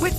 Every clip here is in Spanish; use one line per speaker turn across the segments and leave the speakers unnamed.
With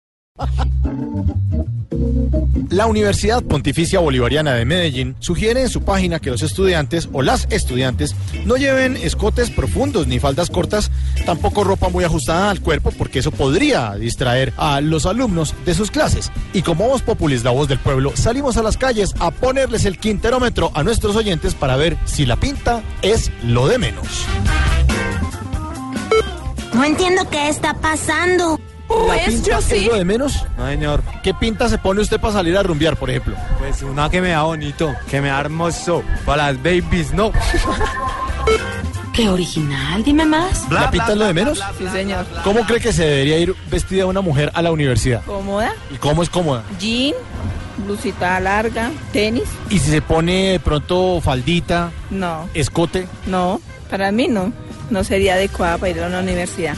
La Universidad Pontificia Bolivariana de Medellín sugiere en su página que los estudiantes o las estudiantes no lleven escotes profundos ni faldas cortas, tampoco ropa muy ajustada al cuerpo, porque eso podría distraer a los alumnos de sus clases. Y como Voz Populis, la voz del pueblo, salimos a las calles a ponerles el quinterómetro a nuestros oyentes para ver si la pinta es lo de menos.
No entiendo qué está pasando.
¿La pinta es lo de menos?
No, señor.
¿Qué pinta se pone usted para salir a rumbear, por ejemplo?
Pues una que me da bonito, que me da hermoso. Para las babies, no.
Qué original, dime más.
¿La pinta es lo de menos?
Sí, señor.
¿Cómo cree que se debería ir vestida una mujer a la universidad?
Cómoda,
¿Y cómo es cómoda?
jean, blusita larga, tenis.
¿Y si se pone de pronto faldita,
No,
escote?
no, para mí no. No sería adecuada para ir a una universidad.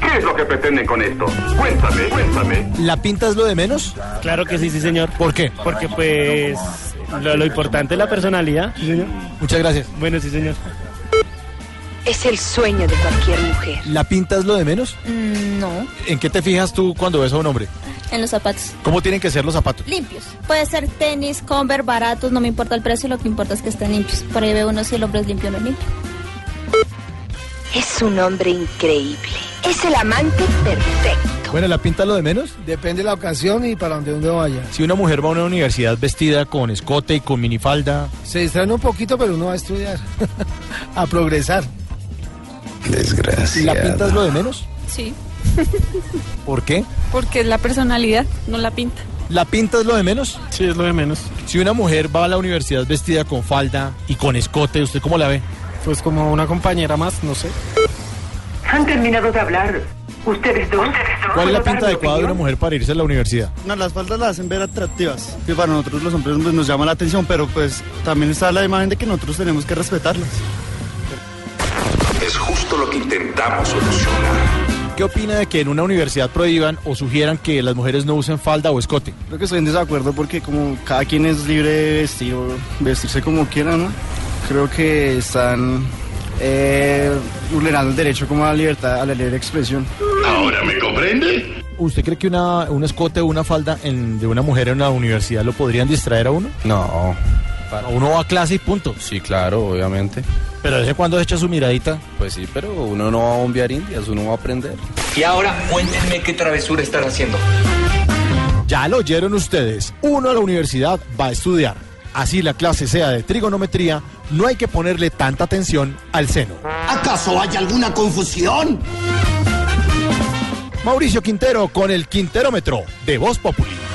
¿Qué es lo que pretenden con esto? Cuéntame, cuéntame.
¿La pinta es lo de menos?
Claro que sí, sí, señor.
¿Por qué?
Porque pues lo, lo importante es la personalidad. Sí, señor.
Muchas gracias.
Bueno, sí, señor.
Es el sueño de cualquier mujer.
¿La pinta es lo de menos?
Mm, No.
¿En qué te fijas tú cuando ves a un hombre?
En los zapatos.
¿Cómo tienen que ser los zapatos?
Limpios. Puede ser tenis, conver, baratos, no me importa el precio, lo que importa es que estén limpios. Por ahí veo uno si el hombre es limpio o no es limpio.
Es un hombre increíble. Es el amante perfecto.
Bueno, ¿la pinta es lo de menos?
Depende la ocasión y para donde uno vaya.
Si una mujer va a una universidad vestida con escote y con minifalda,
Se distraen un poquito, pero uno va a estudiar, a progresar.
¿la pinta es lo de menos?
Sí.
¿Por qué?
Porque es la personalidad, no la pinta.
¿La pinta es lo de menos?
Sí, es lo de menos.
Si una mujer va a la universidad vestida con falda y con escote, ¿usted cómo la ve?
Pues como una compañera más, no sé.
Han terminado de hablar. Ustedes dos.
¿Cuál es la pinta adecuada de una mujer para irse a la universidad?
las faldas las hacen ver atractivas, que para nosotros los hombres pues, nos llama la atención, pero pues también está la imagen de que nosotros tenemos que respetarlas.
Es justo lo que intentamos solucionar.
¿Qué opina de que en una universidad prohíban o sugieran que las mujeres no usen falda o escote?
Creo que estoy en desacuerdo porque como cada quien es libre de vestir o vestirse como quiera, ¿no? Creo que están eh, vulnerando el derecho como a la libertad, a la libre expresión.
¿Ahora me comprende?
¿Usted cree que una, un escote o una falda en- de una mujer en la universidad lo podrían distraer a uno?
No,
Uno va a clase y punto.
sí, claro, obviamente.
Pero de vez en cuando echa su miradita.
Pues sí, pero uno no va a bombear indias, uno va a aprender.
Y ahora cuéntenme qué travesura están haciendo.
Ya lo oyeron ustedes. Uno a la universidad va a estudiar. Así la clase sea de trigonometría, no hay que ponerle tanta atención al seno.
¿Acaso hay alguna confusión?
Mauricio Quintero con el Quinterómetro de Voz Populi.